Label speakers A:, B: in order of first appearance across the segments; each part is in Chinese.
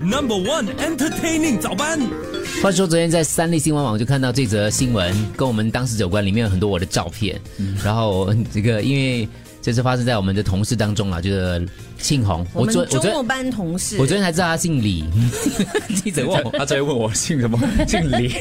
A: Number One Entertaining 早班
B: 话说，昨天在三立新闻网就看到这则新闻，跟我们当时有关，里面有很多我的照片。然后这个因为这是发生在我们的同事当中啦，就是庆红。
C: 我们
B: 昨我昨
C: 中
B: 天
C: 午班同事，
B: 我昨天才知道他姓李， 记 者问我
D: 他昨天问我姓什么，姓李，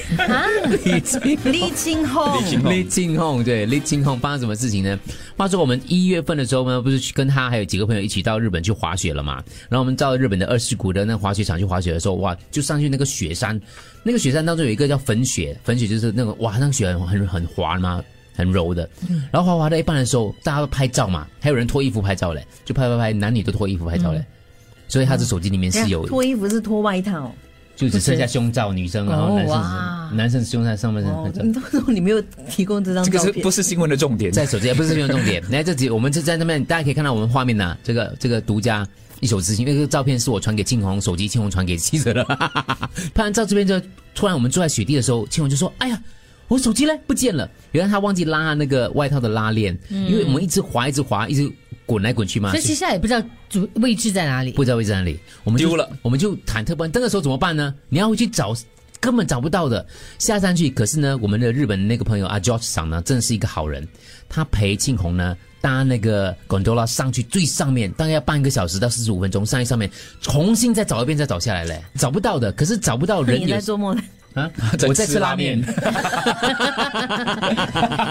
B: 李庆
C: 李清宏，
B: 李庆红对李庆红发生什么事情呢？话说我们一月份的时候呢，不是去跟他还有几个朋友一起到日本去滑雪了嘛？然后我们到日本的二世谷的那滑雪场去滑雪的时候，哇，就上去那个雪山，那个雪山当中有一个叫粉雪，粉雪就是那个哇，那个雪很很很滑嘛，很柔的。然后滑滑到一半的时候，大家都拍照嘛，还有人脱衣服拍照嘞，就拍拍拍，男女都脱衣服拍照嘞。所以他的手机里面是有
C: 哎脱衣服是脱外套
B: 就只剩下胸罩，女生，然后男生是男生是胸罩上半身
C: 哦
B: 那。种
C: 你到时候你没有提供这张
D: 这个
C: 照
D: 是
C: 片
D: 不，是新闻的重点？
B: 在手机，不是新闻重 点。来，这集我们就在那边，大家可以看到我们画面呐、这个这个独家一手资讯，因为这个照片是我传给庆红，手机庆红传给记者的。 拍完照这边就突然我们坐在雪地的时候，庆红就说：“哎呀。”我手机嘞不见了，原来他忘记拉那个外套的拉链，因为我们一直滑，一直滑，一直滚来滚去嘛
E: 嗯所以，其实他也不知道主位置在哪里。
B: 不知道位置在哪里，我们就
D: 丢了，
B: 我们就忐忑不安。那个时候怎么办呢？你要回去找，根本找不到的。下山去，可是呢，我们的日本那个朋友阿 George 桑呢，真的是一个好人，他陪庆红呢搭那个 gondola 上去最上面，大概要半个小时到四十五分钟，上去上面重新再找一遍，再找下来嘞，找不到的。可是找不到人
C: 你
B: 有
C: 在做梦，
B: 啊，
D: 在
B: 我在
D: 吃
B: 吃
D: 拉
B: 拉面
D: 面。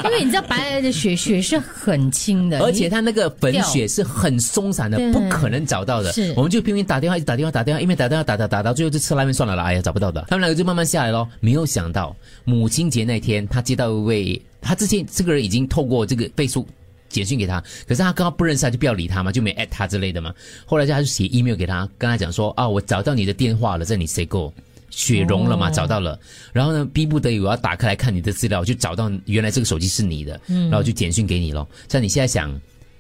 E: 因为你知道白来的雪雪是很轻的，
B: 而且
E: 你
B: 它那个粉雪是很松散的，
E: 对
B: 不可能找到的。
E: 是
B: 我们就拼命打电话，一直打电话，打电话，一边打电话，打打打打，最后就吃拉面算了啦。哎呀，找不到的。他们两个就慢慢下来咯。没有想到母亲节那天，他接到一位，他之前这个人已经透过这个倍速。简讯给他，可是他刚刚不认识他，就不要理他嘛，就没 at 他之类的嘛。后来就他就写 email 给他，跟他讲说啊，我找到你的电话了，在你 say go，雪融了嘛，找到了。然后呢，逼不得已我要打开来看你的资料，就找到原来这个手机是你的，然后就简讯给你咯。像你现在想，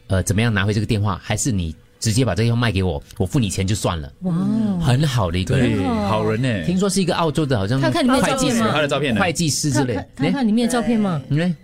B: 呃，怎么样拿回这个电话，还是你直接把这个电话卖给我，我付你钱就算了。哇，
E: 哦
B: 很好的一个人
D: 对，，好人呢。
B: 听说是一个澳洲的，好像
E: 他看里面
B: 会
E: 照
B: 计
E: 片
B: 师、
D: 他
E: 吗？
D: 的照片呢？
B: 会计师之
E: 他
B: 类
E: 看。他
B: 哎，
E: 看里面的照片吗？
B: 你呢？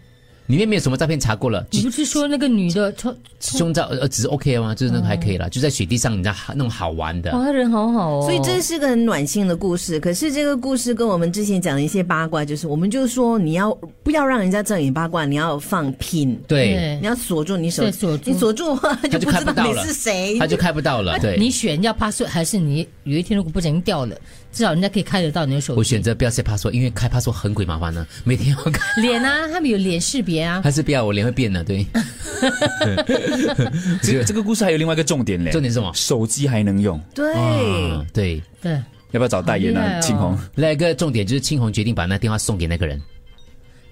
B: 里面没有什么照片查过了，
E: 你不是说那个女的，她
B: 胸罩呃只是 OK 吗？就是那个还可以了，就在雪地上，你知道那种好玩的。
E: 哇，她人好好哦哦。
C: 所以这是个很暖心的故事。可是这个故事跟我们之前讲的一些八卦，就是我们就说你要不要让人家知道你八卦，你要放品，
B: 对，
E: 对
C: 你要锁住你手，
E: 对锁住
C: 你锁住的话就
B: 就
C: 不
B: 看
C: 知
B: 不
C: 道
B: 到
C: 你
B: 了
C: 是
E: 哎
C: 谁，
B: 他就开不到了。对，
E: 你选要 password 还是你有一天如果不小心掉了，至少人家可以看得到你的手机。
B: 我选择不要 set password，因为开 password 很鬼麻烦呢，每天要开。
E: 脸啊，他们有脸识别啊。
B: 还是不要，我脸会变的。 对，
D: 这 个这个故事还有另外一个重点嘞，
B: 重点是什么
D: 手机还能用，
C: 对。
B: 啊，对。
E: 对，
D: 要不要找代言
E: 好厉害
D: 啊？
E: 哦
D: 庆红
B: 另一个重点就是青红决定把那电话送给那个人，
E: 嗯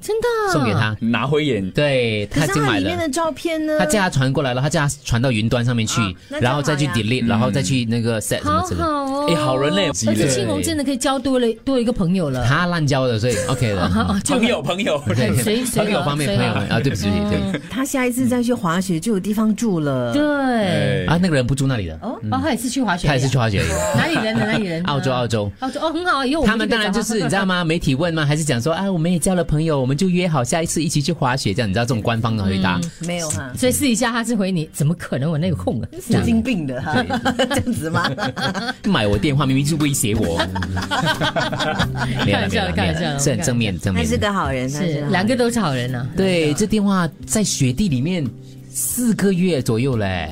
E: 真的啊
B: 送给。他。
D: 拿回眼，
B: 对
C: 可
B: 他
C: 是
B: 已经
C: 它
B: 买
C: 里面
B: 了
C: 的，照片呢？
B: 他叫他传过来了，他叫他传到云端上面去
E: 哦
C: 啊，那就
B: 然后再去
C: 好呀
B: delete，然后再去那个 set 什
E: 好
B: 么之类
E: 嗯好
B: 的。
E: 哦，
D: 哎好人嘞
E: 而且庆红真的可以交多了多一个朋友了。
B: 他滥交的，所以 OK 的。
E: 啊，就
D: 朋友朋友，
B: 对
E: 很随，随
B: 朋友
E: 和
B: 方面，
E: 随
B: 朋友
E: 和
B: 方面啊，对不起，对不起，对不起
E: 嗯
C: 他下一次再去滑雪就有地方住了。
E: 对。
D: 哎
B: 啊，那个人不住那里的，
E: 哦，哦，他也是去滑雪的
B: 嗯
E: 呀，
B: 他也是去滑雪的。
E: 哪里人呢？哪里人 呢？
B: 澳洲澳洲
E: 澳洲哦，很好啊，以后我们
B: 他们
E: 就
B: 当
E: 可以
B: 然就是你
E: 找
B: 知道吗？媒体问吗？还是讲说啊，我们也交了朋友，我们就约好下一次一起去滑雪，这样你知道这种官方的回答。
E: 嗯
C: 没有哈
E: 他， 所以私底下他是回你，怎么可能？我那有空啊？
C: 神经病的哈， 这样子吗？
B: 买我电话明明是威胁 我，没有啦没有啦
E: 开玩笑的
B: 没
E: 开
B: 有
E: 玩笑
B: 啦，
E: 的
B: 是很正面正
C: 他
B: 面
C: 是
B: 的。
C: 个好人，啊他
E: 是
C: 个好人
E: 两个都是好人呐。啊
B: 对，这电话在雪地里面四个月左右嘞，